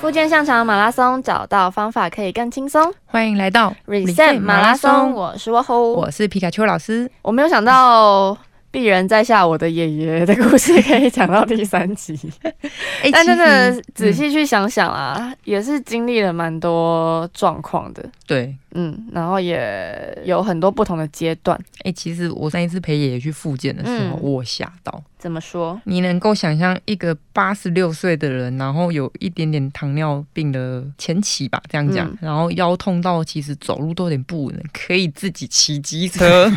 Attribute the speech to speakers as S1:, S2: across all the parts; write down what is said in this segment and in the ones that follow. S1: 复健上场马拉松，找到方法可以更轻松。
S2: 欢迎来到
S1: Reset 马拉松，我是沃吼。
S2: 我是皮卡丘老师。
S1: 我没有想到鄙人在下我的爷爷的故事可以讲到第三 集，
S2: 哎
S1: 但真的仔、
S2: 其实嗯
S1: 细去想想啊，也是经历了蛮多状况的。
S2: 对，
S1: 嗯，然后也有很多不同的阶段。
S2: 哎、其实我上一次陪爷爷去复健的时候，
S1: 嗯
S2: 我吓到。
S1: 怎么说？
S2: 你能够想象一个八十六岁的人，然后有一点点糖尿病的前期吧，这样讲，
S1: 嗯
S2: 然后腰痛到其实走路都有点不稳了，可以自己骑 机车，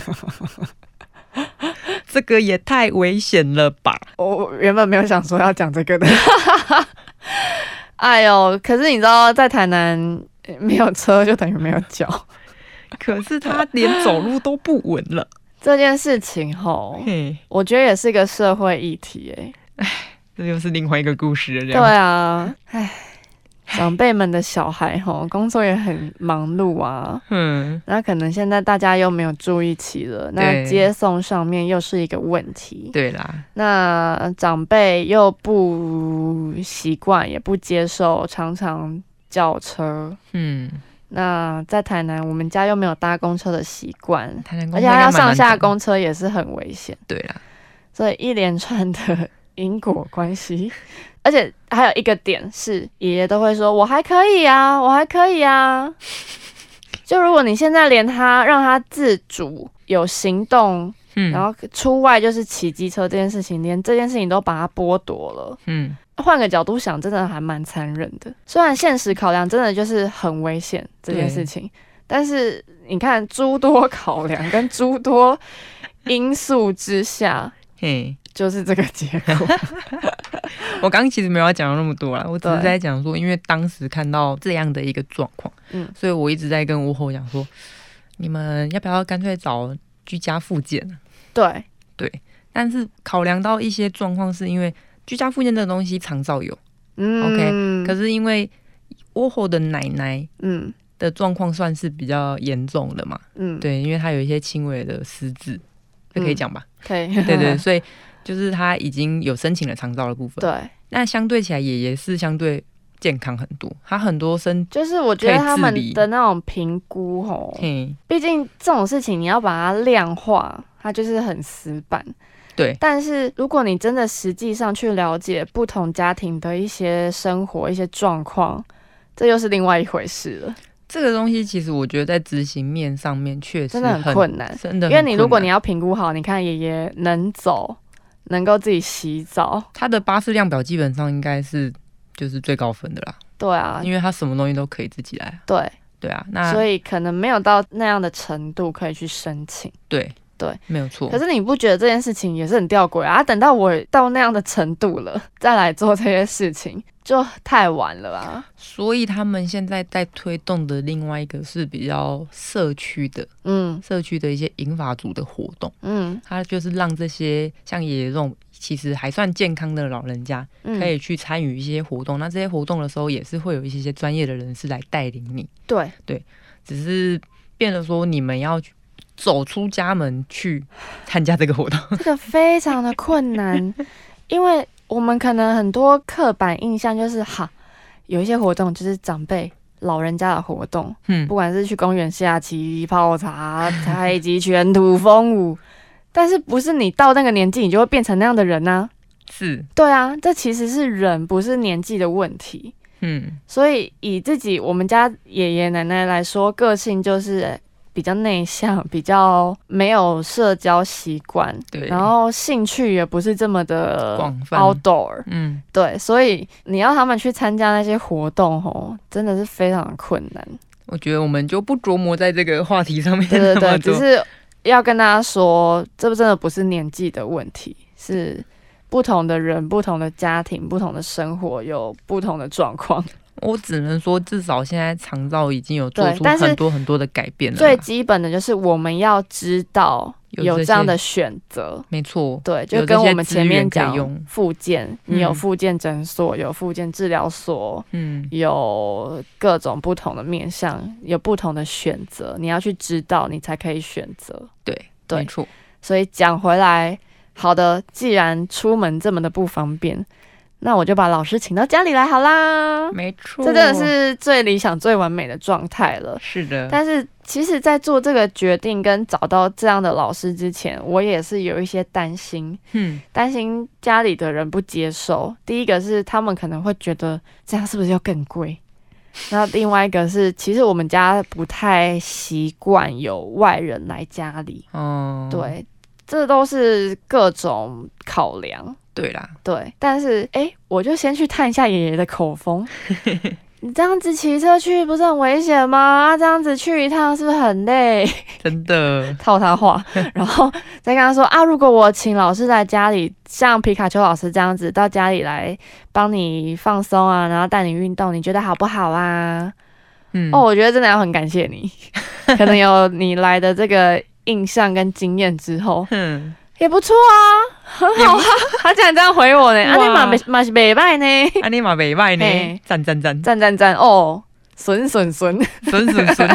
S2: 这个也太危险了吧？
S1: 我原本没有想说要讲这个的。 哎呦，可是你知道，在台南呃没有车就等于没有脚。
S2: 可是他连走路都不稳了，
S1: 这件事情吼，
S2: 嘿，
S1: 我觉得也是一个社会议题诶、
S2: 这又是另外一个故事了，这
S1: 对
S2: 样
S1: 啊，唉，长辈们的小孩吼，工作也很忙碌啊。
S2: 嗯，
S1: 那可能现在大家又没有注意起了，那
S2: 对
S1: 接送上面又是一个问题。
S2: 对啦，
S1: 那长辈又不习惯，也不接受，常常叫车。
S2: 嗯，
S1: 那在台南，我们家又没有搭公车的习惯，
S2: 台南公
S1: 而
S2: 车
S1: 且还要
S2: 嗯应该蛮
S1: 上
S2: 难
S1: 下
S2: 找的，
S1: 公车也是很危险。
S2: 对啦，
S1: 所以一连串的因果关系， 而且还有一个点是，爷爷都会说：“我还可以啊，我还可以啊。” 就如果你现在连他让他自主有行动，
S2: 嗯，
S1: 然后出外就是骑机车这件事情，连这件事情都把他剥夺了。
S2: 嗯，
S1: 换个角度想，真的还蛮残忍的。虽然现实考量，真的就是很危险这件事情，但是你看诸多考量跟诸多因素之下，
S2: 嘿。
S1: 就是这个结 果。
S2: 我刚刚其实没有要讲到那么多啦，我只是
S1: 对
S2: 在讲说，因为当时看到这样的一个状况，
S1: 嗯
S2: 所以我一直在跟吴侯讲说，你们要不要干脆找居家复健啊？
S1: 对，
S2: 但是考量到一些状况，是因为居家复健这个东西长照有，
S1: 嗯
S2: 可是因为窝侯的奶奶
S1: 嗯
S2: 的状况算是比较严重的嘛，
S1: 嗯，，
S2: 对，因为她有一些轻微的失智，这可以
S1: 嗯
S2: 讲吧？
S1: 可以，
S2: 对对，所以就是她已经有申请了长照的部分，
S1: 对，
S2: 那相对起来爷爷是相对健康很多，他很多身
S1: 就是我觉得他们的那种评估吼，
S2: 嘿，
S1: 毕竟这种事情你要把它量化，它就是很死板。
S2: 对
S1: 但是如果你真的实际上去了解不同家庭的一些生活、一些状况，这又是另外一回事了，
S2: 这个东西，其实我觉得在执行面上面确实
S1: 真的很困难。
S2: 真的
S1: 因
S2: 很困难，
S1: 为你如果你要评估好，你看爷爷能走，能够自己洗澡，
S2: 他的巴士量表基本上应该是就是最高分的啦，
S1: 对啊，
S2: 因为他什么东西都可以自己来啊，
S1: 对，
S2: 对啊，那
S1: 所以可能没有到那样的程度可以去申请。
S2: 对
S1: 对，
S2: 没有错
S1: 可，是你不觉得这件事情也是很吊诡啊？等到我到那样的程度了，再来做这些事情，就太晚了啊。
S2: 所以他们现在在推动的另外一个是比较社区的
S1: 嗯
S2: 社区的一些银发族的活动，
S1: 嗯
S2: 他就是让这些像爷爷这种其实还算健康的老人家，
S1: 嗯，
S2: 可以去参与一些活动。那这些活动的时候，也是会有一些些专业的人士来带领你，
S1: 对，
S2: 只是变得说你们要去走出家门去参加这个 活动。
S1: 这个非常的困 难，因为我们可能很多刻板印象就是哈，有一些活动就是长辈。老人家的活动，
S2: 嗯
S1: 不，管是去公园下棋、泡茶、太极拳、土风舞，但是不是你到那个年纪，你就会变成那样的人呢、啊
S2: 是，
S1: 对啊，这其实是人，不是年纪的问题。
S2: 嗯，
S1: 所以以自己我们家爷爷奶奶来说，个性就是比较内向，比较没有社交习惯，
S2: 对。
S1: 然，后兴趣也不是这么的
S2: 广泛
S1: outdoor。
S2: 嗯，
S1: 对，所以你要他们去参加那些活动，吼，真的是非常困难。
S2: 我觉得我们就不琢磨在这个话题上面
S1: 对对
S2: 那么
S1: 对，只
S2: 多。
S1: 是要跟大家说，这真的不是年纪的问题，是不同的人、不同的家庭、不同的生活有不同的状况。
S2: 我只能说，至少现在长照已经有做
S1: 对
S2: 出
S1: 但是
S2: 很多很多的改变了啦。
S1: 最基本的就是我们要知道
S2: 嗯有
S1: 有
S2: 这
S1: 这样
S2: 些
S1: 的选择。
S2: 没错，
S1: 对，
S2: 有
S1: 就
S2: 这
S1: 跟我
S2: 些
S1: 们
S2: 资
S1: 前面
S2: 源可以
S1: 讲
S2: 用
S1: 复健，你有
S2: 嗯
S1: 复健诊所，有复健治疗所，
S2: 嗯，
S1: 有各种不同的面向，有不同的选择，你要去知道，你才可以选择。
S2: 对，
S1: 对
S2: 没错，
S1: 所以讲回来，好的，既然出门这么的不方便，那我就把老师请到家里来好啦。
S2: 没哦错，
S1: 这真的是最理想、最完美的状态了。
S2: 是的，
S1: 但是，其实，在做这个决定跟找到这样的老师之前，我也是有一些担心，
S2: 嗯，
S1: 担心家里的人不接受。第一个是他们可能会觉得这样是不是要更贵？ 那另外一个是，其实我们家不太习惯有外人来家里，
S2: 哦，
S1: 对，这都是各种考量。
S2: 对啦，
S1: 对，但是哎、诶我就先去探一下爷爷的口 风。你这样子骑车去不是很危险吗？啊这样子去一趟是不是很累？
S2: 真的
S1: 套他 话，然后再跟他说啊，如果我请老师来家里，像皮卡丘老师这样子到家里来帮你放松啊，然后带你运动，你觉得好不好啊？
S2: 嗯
S1: 哦，我觉得真的要很感谢你，可能有你来的这个印象跟经验之后，
S2: 哼，
S1: 也不错啊，很好啊。他竟然这样回我呢，啊，
S2: 哇
S1: 你马没马是北拜呢，
S2: 安尼嘛袂歹呢
S1: 嘿，
S2: 赞赞赞，
S1: 赞赞赞哦，损损损。
S2: 损损损，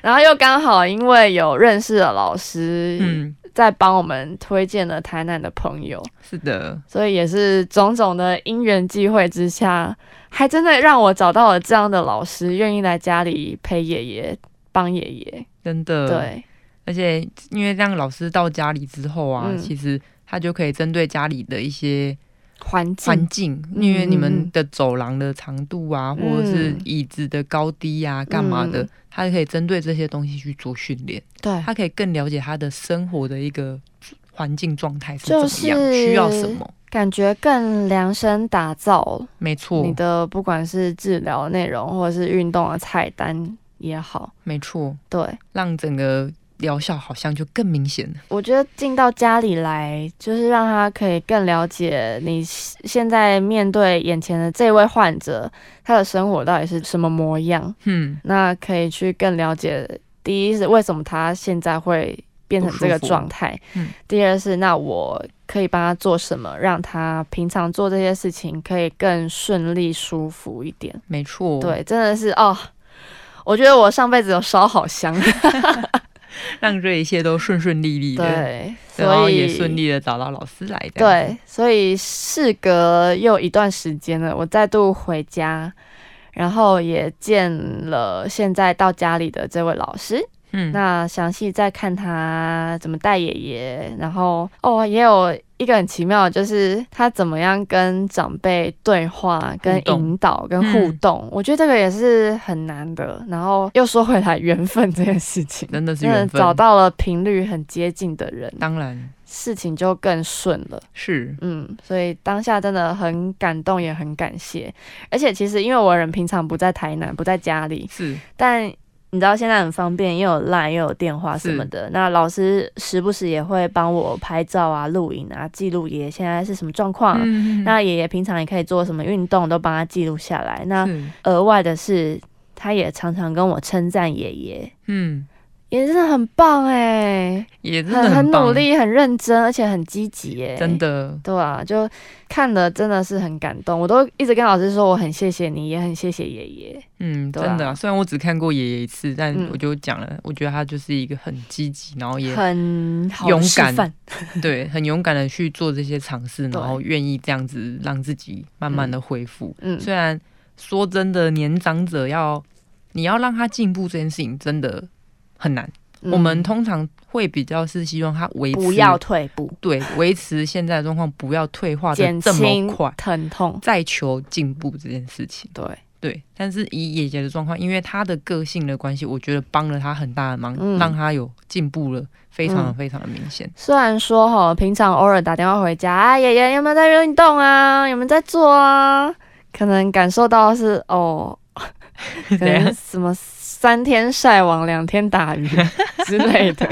S1: 然后又刚好因为有认识的老师，
S2: 嗯，
S1: 在帮我们推荐了台南的朋友，
S2: 是的，
S1: 所以也是种种的因缘际会之下，还真的让我找到了这样的老师，愿意来家里陪爷爷。帮爷爷，
S2: 真的，，
S1: 对，
S2: 而且因为让老师到家里之后啊，
S1: 嗯
S2: 其实他就可以针对家里的一些
S1: 环境，
S2: 环境，
S1: 嗯
S2: 因为你们
S1: 嗯
S2: 的走廊的长度啊，
S1: 嗯
S2: 或者是椅子的高低啊，干嘛的，
S1: 嗯哎
S2: 他可以针对这些东西去做训练，
S1: 对，
S2: 他可以更了解他的生活的一个环境状态是怎
S1: 就
S2: 么样，
S1: 是
S2: 需要什么。
S1: 感觉更量身打造了
S2: 没错
S1: 你，的不管是治疗内容或者是运动的菜单也好，
S2: 没错，
S1: 对
S2: 让整个疗效好像就更明显了。
S1: 我觉得进到家里来，就是让他可以更了解你现现在面对眼前的这位患者，他的生活到底是什么模样，
S2: 嗯，
S1: 那可以去更了解。第一是为什么他现在会变成这个状态
S2: 不舒服嗯，
S1: 第二是那我可以帮他做什么，让他平常做这些事情可以更顺利、舒服一点。
S2: 没错，，
S1: 对，真的是哦，我觉得我上辈子有烧好 香，
S2: 让这一切都顺顺利利的，
S1: 对，
S2: 然后
S1: 所以
S2: 也顺利的找到老师来的。
S1: 对，所以事隔又一段时间了，我再度回家，然后也见了现在到家里的这位老师。
S2: 嗯，
S1: 那详细再看他怎么带爷爷，然后哦，也有一个很奇妙的，就是他怎么样跟长辈对话、跟
S2: 动
S1: 引导、跟互
S2: 嗯
S1: 动，我觉得这个也是很难的。然后又说回来，缘分这件事情，
S2: 真 的是
S1: 真的
S2: 缘分，
S1: 找到了频率很接近的人，
S2: 当然
S1: 事情就更顺了。
S2: 是，
S1: 嗯，所以当下真的很感动，也很感谢。而且其实因为我人平常不在台南，不在家里，
S2: 是，
S1: 但你知道现在很方便，又有 Line 又有电话
S2: 是
S1: 什么的。那老师时不时也会帮我拍照啊、录影啊、记录爷爷现在是什么状况。
S2: 嗯
S1: 啊那爷爷平常也可以做什么运动，都帮他记录下来。那
S2: 是
S1: 额外的是，他也常常跟我称赞爷爷，
S2: 嗯，
S1: 爷爷真的很棒哎、
S2: 也真的
S1: 很很
S2: 棒
S1: 努，力、很认真，而且很积极哎，
S2: 真的，
S1: 对啊，就看了真的是很感动，我都一直跟老师说我很谢谢你，也很谢谢爷爷。
S2: 嗯，
S1: 对
S2: 真的、
S1: 啊
S2: 虽然我只看过爷爷一次，但
S1: 嗯
S2: 我就讲了，我觉得他就是一个很积极，然后也
S1: 很好
S2: 勇
S1: 的示
S2: 敢
S1: 范，
S2: 对很勇敢的去做这些尝试，
S1: 对
S2: 然后愿意这样子让自己慢慢的恢复。
S1: 嗯，
S2: 虽然说真的，年长者要你要让他进步这件事情真的很难。
S1: 嗯
S2: 我们通常会比较是希望他维持
S1: 不要退步，
S2: 对维持现在的状况，不要退化的
S1: 减
S2: 这么
S1: 轻
S2: 快，
S1: 疼痛，
S2: 再求进步这件事情。
S1: 对，
S2: 对，但是以姐姐的状况，因为她的个性的关系，我觉得帮了她很大的忙，
S1: 嗯
S2: 让她有进步了，非常的
S1: 嗯
S2: 非常的明显。
S1: 虽然说哈，平常偶尔打电话回家，啊，爷爷有没有在运动啊？有没有在做啊？可能感受到是哦， 可
S2: 对啊
S1: 能什么三天晒网，两天打 鱼之类的。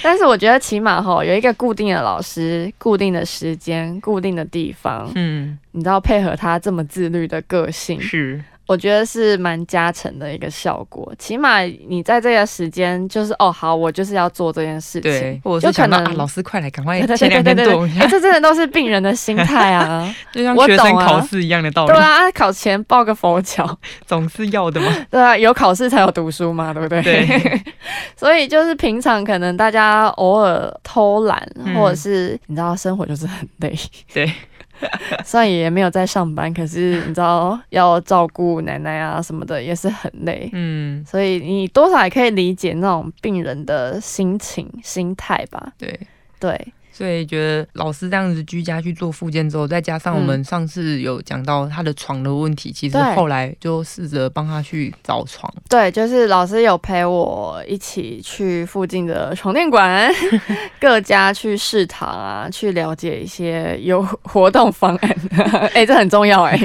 S1: 但是我觉得起码哈，有一个固定的老师、固定的时间、固定的地方，
S2: 嗯，
S1: 你知道配合他这么自律的个性，
S2: 是，
S1: 我觉得是蛮加成的一个效果。起码你在这个时间，就是哦，好，我就是要做这件事
S2: 对
S1: 情，，
S2: 或者
S1: 就是可
S2: 想到
S1: 能
S2: 啊，老师快来，赶快
S1: 对对
S2: 前两
S1: 对对
S2: 天
S1: 对
S2: 动一
S1: 对，哎，
S2: 下，
S1: 这真的都是病人的心态 啊。
S2: 就像
S1: 我
S2: 学生
S1: 懂啊
S2: 考试一样的道理
S1: 对，啊，考前报个佛脚，
S2: 总是要的 嘛。
S1: 对啊，有考试才有读书嘛，对不对？
S2: 对。
S1: 所以就是平常可能大家偶尔偷懒
S2: 嗯，
S1: 或者是你知道生活就是很累，
S2: 对。
S1: 虽然爷爷没有在上班，可是你知道要照顾奶奶啊什么的，也是很累。
S2: 嗯，
S1: 所以你多少也可以理解那种病人的心情、心态吧？
S2: 对。
S1: 对，
S2: 所以觉得老师这样子居家去做复健之后，再加上我们上次有讲到他的床的问题，其实
S1: 对
S2: 后来就试着帮他去找床。
S1: 对，就是老师有陪我一起去附近的床垫 馆、各家去试躺啊，去了解一些有活动方案。 哎、这很重要哎、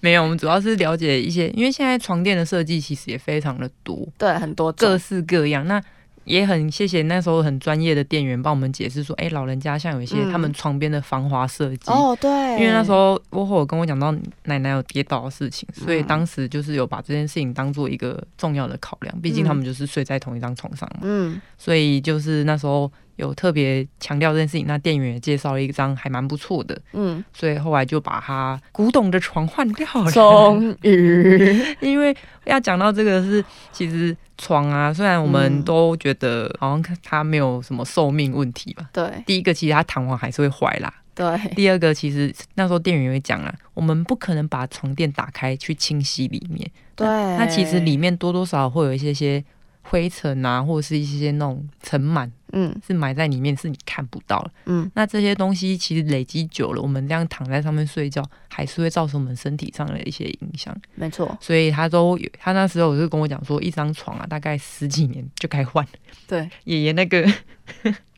S2: 没有，我们主要是了解一些，因为现在床垫的设计其实也非常的多，
S1: 对，很多
S2: 各
S1: 种。
S2: 式各样。那也很谢谢那时候很专业的店员帮我们解释说，哎、老人家像有一些
S1: 嗯
S2: 他们床边的防滑设计。
S1: 哦，对，
S2: 因为那时候沃霍有跟我讲到奶奶有跌倒的事情，所以
S1: 嗯
S2: 当时就是有把这件事情当做一个重要的考量，毕竟他们就是睡在同一张床上嘛。
S1: 嗯，
S2: 所以就是那时候有特别强调这件事情，那店员也介绍了一张还蛮不错的，
S1: 嗯
S2: 所以后来就把他古董的床换掉
S1: 嗯，
S2: 了。
S1: 终于，
S2: 因为要讲到这个是，其实床啊，虽然我们
S1: 嗯
S2: 都觉得好像它没有什么寿命问题吧。
S1: 对
S2: 第一个，其实它弹簧还是会坏啦。
S1: 对，
S2: 第二个，其实那时候店员也会讲啦，我们不可能把床垫打开去清洗里面，
S1: 对，
S2: 那其实里面多多少少会有一些些灰尘啊，或者是一些那种尘螨
S1: 嗯
S2: 是埋在里面，是你看不到的。
S1: 嗯，
S2: 那这些东西其实累积久了，我们这样躺在上面睡觉，还是会造成我们身体上的一些影响。
S1: 没错，
S2: 所以他都有，他那时候就跟我讲说，一张床啊，大概十几年就该换。
S1: 对，
S2: 爷爷那个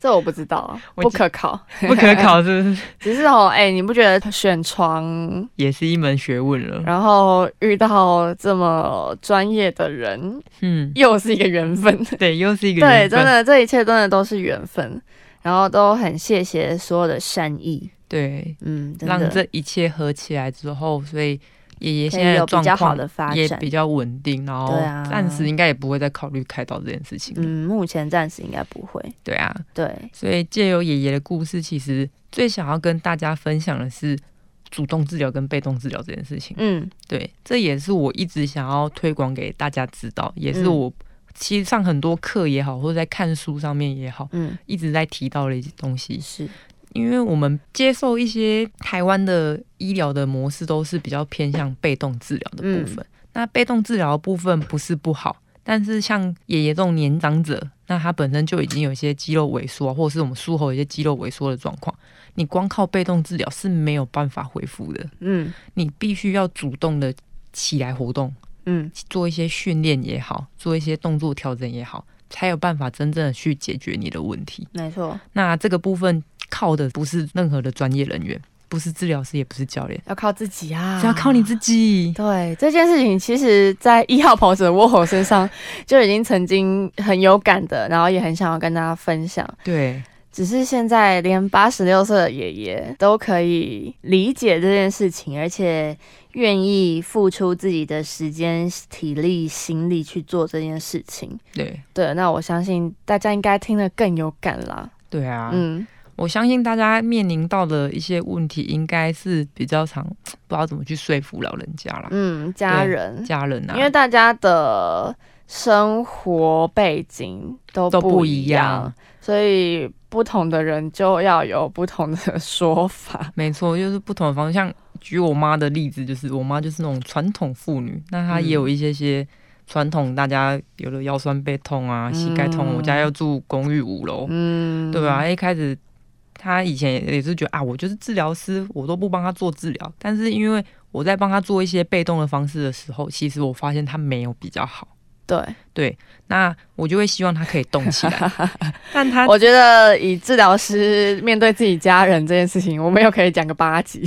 S1: 这我不知道啊，
S2: 我
S1: 不
S2: 记
S1: 可考，
S2: 不可。考，是不是
S1: 只是哦，哎、你不觉得选床，
S2: 也是一门学问了？
S1: 然后遇到这么专业的人，
S2: 嗯，
S1: 又是一个缘分。
S2: 对，又是一个
S1: 对，
S2: 缘分
S1: 真的，这一切真的都是缘分，然后都很谢谢所有的善意，
S2: 对，
S1: 嗯，真
S2: 让
S1: 的
S2: 这一切合起来之后，所以爷爷
S1: 可
S2: 现
S1: 以
S2: 在
S1: 有
S2: 的
S1: 比
S2: 状
S1: 较好
S2: 况
S1: 的发
S2: 也
S1: 展
S2: 比。较稳定，然后
S1: 对啊
S2: 暂时应该也不会再考虑开刀这件事情。
S1: 嗯，目前暂时应该不会。
S2: 对啊，
S1: 对，
S2: 所以借由爷爷的故事，其实最想要跟大家分享的是主动治疗跟被动治疗这件事情。
S1: 嗯
S2: 对，这也是我一直想要推广给大家知道，也是
S1: 嗯
S2: 我其实上很多课也好，或者在看书上面也好，
S1: 嗯，
S2: 一直在提到的一些东西。
S1: 是，
S2: 因为我们接受一些台湾的医疗的模式，都是比较偏向被动治疗的部分。那被动治疗的部分不是不好，但是像爷爷这种年长者，那他本身就已经有一些肌肉萎缩，或者是我们术后有一些肌肉萎缩的状况，你光靠被动治疗是没有办法恢复的，
S1: 嗯
S2: 你必须要主动的起来活动，
S1: 嗯
S2: 做一些训练也好，做一些动作调整也好，才有办法真正的去解决你的问题。
S1: 没错，
S2: 那这个部分靠的不是任何的专业人员，不是治疗师，也不是教练，
S1: 要靠自己啊，
S2: 是要靠你自 己。
S1: 对这件事情，其实，在一号跑者沃火身上就已经曾经很有感的，然后也很想要跟大家分享。
S2: 对，
S1: 只是现在连八十六岁的爷爷都可以理解这件事情，而且愿意付出自己的时间、体力、心力去做这件事情。
S2: 对，
S1: 对，那我相信大家应该听得更有感啦。
S2: 对啊。
S1: 嗯，
S2: 我相信大家面临到的一些问题，应该是比较常不知道怎么去说服老人家啦、
S1: 嗯，家
S2: 对
S1: 人，
S2: 家人啊，
S1: 因为大家的生活背景都
S2: 都不
S1: 一
S2: 一样。
S1: 所以不同的人就要有不同的说 法。
S2: 没错，就是不同的方向。举我妈的例子，就是我妈就是那种传统妇女，那她也
S1: 嗯
S2: 有一些些传统，大家有的腰酸背痛啊、膝盖痛。
S1: 嗯
S2: 我家要住公寓五楼，
S1: 嗯，
S2: 对啊，一开始他以前也是觉得啊，我就是治疗师，我都不帮他做治疗。但是因为我在帮他做一些被动的方式的时候，其实我发现他没有比较好。
S1: 对，
S2: 那我就会希望他可以动起 来，但他
S1: 我觉得以治疗师面对自己家人这件事情，我们又可以讲个八 集。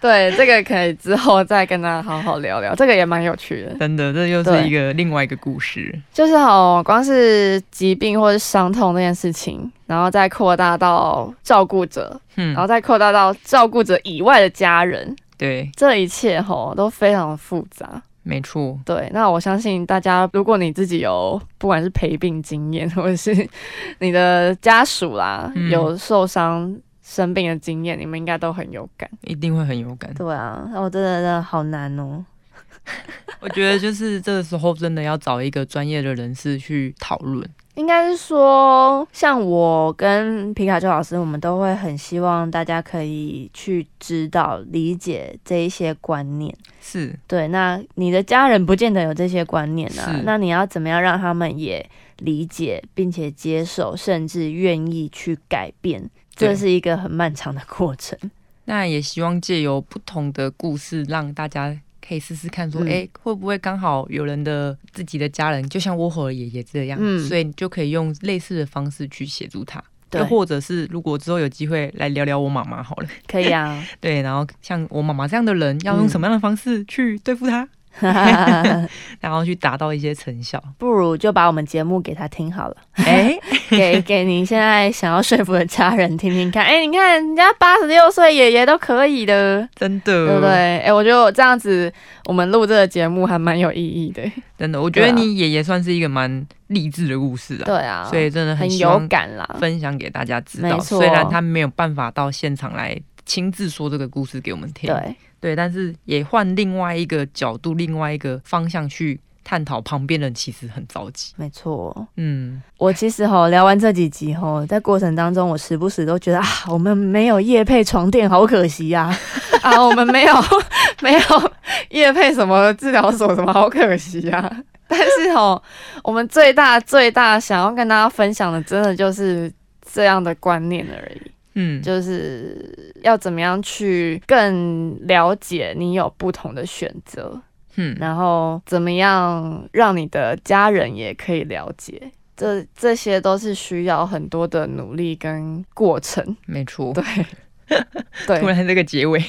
S1: 对，这个可以之后再跟大家好好聊聊，这个也蛮有趣的。
S2: 真的这又
S1: 对
S2: 是一个另外一个故事。
S1: 就是哦，光是疾病或是伤痛这件事情，然后再扩大到照顾者，
S2: 嗯
S1: 然，后再扩大到照顾者以外的家人，
S2: 对，
S1: 这一切吼都非常复杂。
S2: 没错，
S1: 对，那我相信大家，如果你自己有不管是陪病经验，或者是你的家属啦、
S2: 嗯
S1: 有受伤生病的经验，你们应该都很有感。
S2: 一定会很有感。
S1: 对啊，那我真的真的好难哦。
S2: 我觉得就是这个时候真的要找一个专业的人士去讨论，
S1: 应该是说，像我跟皮卡丘老师，我们都会很希望大家可以去知道、理解这一些观念。
S2: 是
S1: 对，那你的家人不见得有这些观念啊
S2: 是，
S1: 那你要怎么样让他们也理解，并且接受，甚至愿意去改变？这
S2: 对
S1: 是一个很漫长的过程。
S2: 那也希望借由不同的故事，让大家可以试试看说，
S1: 嗯
S2: 哎、会不会刚好有人的自己的家人，就像窝火的爷爷这样，
S1: 嗯
S2: 所以你就可以用类似的方式去协助他。
S1: 对
S2: 又，或者是如果之后有机会来聊聊我妈妈好了，
S1: 可以啊。
S2: 对，然后像我妈妈这样的人，要
S1: 嗯
S2: 用什么样的方式去对付他， 然后去达到一些成效。
S1: 不如就把我们节目给他听好了，
S2: 哎、
S1: 给给您现在想要说服的家人听听看。哎、你看人家八十六岁爷爷都可以的，
S2: 真的，
S1: 对不对？哎、我觉得我这样子，我们录这个节目还蛮有意义的。
S2: 真的，我觉得
S1: 对啊
S2: 你爷爷算是一个蛮励志的故事啊，
S1: 对啊，
S2: 所以真的
S1: 很
S2: 希
S1: 有
S2: 望
S1: 感啦。
S2: 分享给大家知
S1: 嗯没
S2: 道。
S1: 错
S2: 虽然他没有办法到现场来亲自说这个故事给我们听，
S1: 对，
S2: 对但是也换另外一个角度、另外一个方向去探讨旁边人其实很着急。
S1: 没错。
S2: 嗯，
S1: 我其实吼聊完这几集吼，在过程当中，我时不时都觉得啊，我们没有夜配床垫，好可惜呀、啊！我们没有 没有夜配什么治疗所，什么好可惜呀、啊！但是吼，我们最大最大想要跟大家分享的，真的就是这样的观念而已。
S2: 嗯，
S1: 就是要怎么样去更了解你有不同的选择，
S2: 嗯，
S1: 然后怎么样让你的家人也可以了解，这这些都是需要很多的努力跟过程。
S2: 没错。
S1: 对，对
S2: 突，然这个结尾，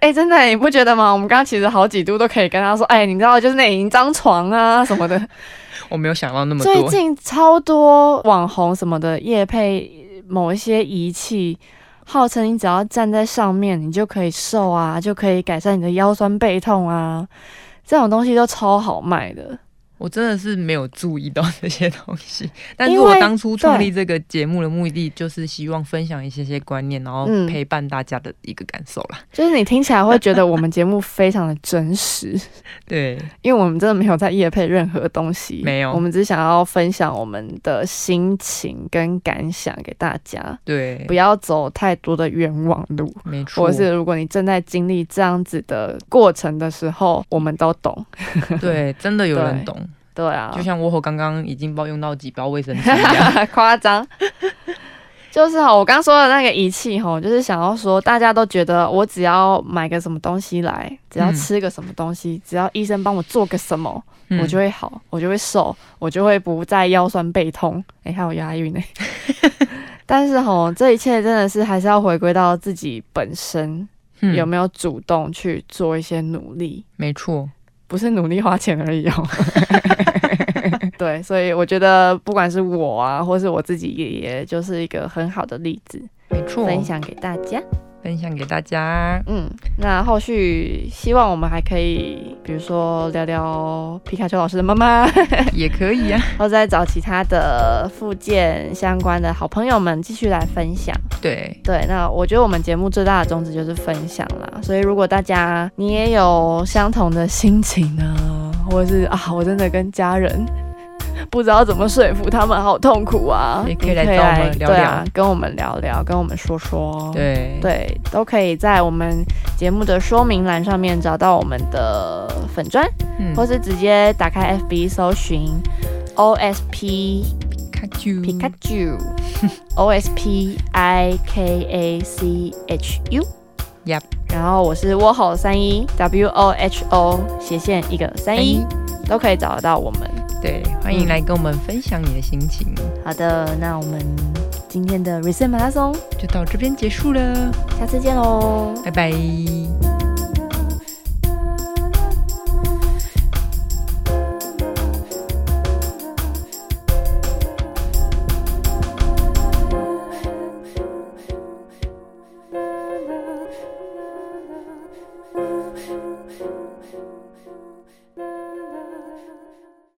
S1: 哎、真的，你不觉得吗？我们刚刚其实好几度都可以跟他说，哎、你知道，就是那一张床啊什么的，
S2: 我没有想到那么
S1: 最
S2: 多。
S1: 近超多网红什么的夜配某一些仪器，号称你只要站在上面，你就可以瘦啊，就可以改善你的腰酸背痛啊，这种东西都超好卖的。
S2: 我真的是没有注意到这些东西， 但是
S1: 因
S2: 我
S1: 为
S2: 当初创立这个节目的目的就是希望分享一些些观念，然后
S1: 嗯
S2: 陪伴大家的一个感受啦。
S1: 就是你听起来会觉得我们节目非常的真实，
S2: 对，
S1: 因为我们真的没有在夜配任何东西，
S2: 没有
S1: 我们只想要分享我们的心情跟感想给大家，
S2: 对
S1: 不，要走太多的冤枉路。
S2: 没错，
S1: 或是如果你正在经历这样子的过程的时候，我们都懂。
S2: 对，真的有人
S1: 对
S2: 懂，
S1: 对啊
S2: 就，像我吼刚刚已经包用到几包卫生纸一样。
S1: 夸张。就是哈，我刚说的那个仪器哈，就是想要说，大家都觉得我只要买个什么东西来，只要
S2: 嗯
S1: 吃个什么东西，只要医生帮我做个什么，
S2: 嗯
S1: 我就会好，我就会瘦，我就会不再腰酸背痛。哎、还有押韵呢、 但是吼，这一切真的是还是要回归到自己本身、
S2: 嗯
S1: 有没有主动去做一些努力。
S2: 没错，
S1: 不是努力花钱而 已哦。对，所以我觉得不管是我啊，或是我自己爷爷，就是一个很好的例子，
S2: 没错，
S1: 分享给大家。
S2: 分享给大家。
S1: 嗯，那后续希望我们还可以，比如说聊聊皮卡丘老师的妈妈，
S2: 也可 以啊。
S1: 或者再找其他的附件相关的好朋友们继续来分享。
S2: 对，
S1: 对，那我觉得我们节目最大的宗旨就是分享啦，所以如果大家你也有相同的心情呢， 或者是啊，我真的跟家人不知道怎么说服他们，好痛苦啊，
S2: 也可以
S1: 你
S2: 来找我们聊
S1: 对
S2: 聊
S1: 啊，跟我们聊聊，跟我们说说，
S2: 对，
S1: 哦对，都可以在我们节目的说明栏上面找到我们的粉砖，
S2: 嗯，
S1: 或是直接打开 FB 搜寻 OSP
S2: 皮卡丘，
S1: 皮卡丘，O S P I K A C H U。
S2: Yep
S1: 然后我是窝吼三一 W O H O 斜线一个三一，都可以找得到我们。
S2: 哎对，欢迎来跟我们分享你的心情。
S1: 好的，那我们今天的 Reset 马拉松
S2: 就到这边结束了，
S1: 下次见喽，
S2: 拜拜。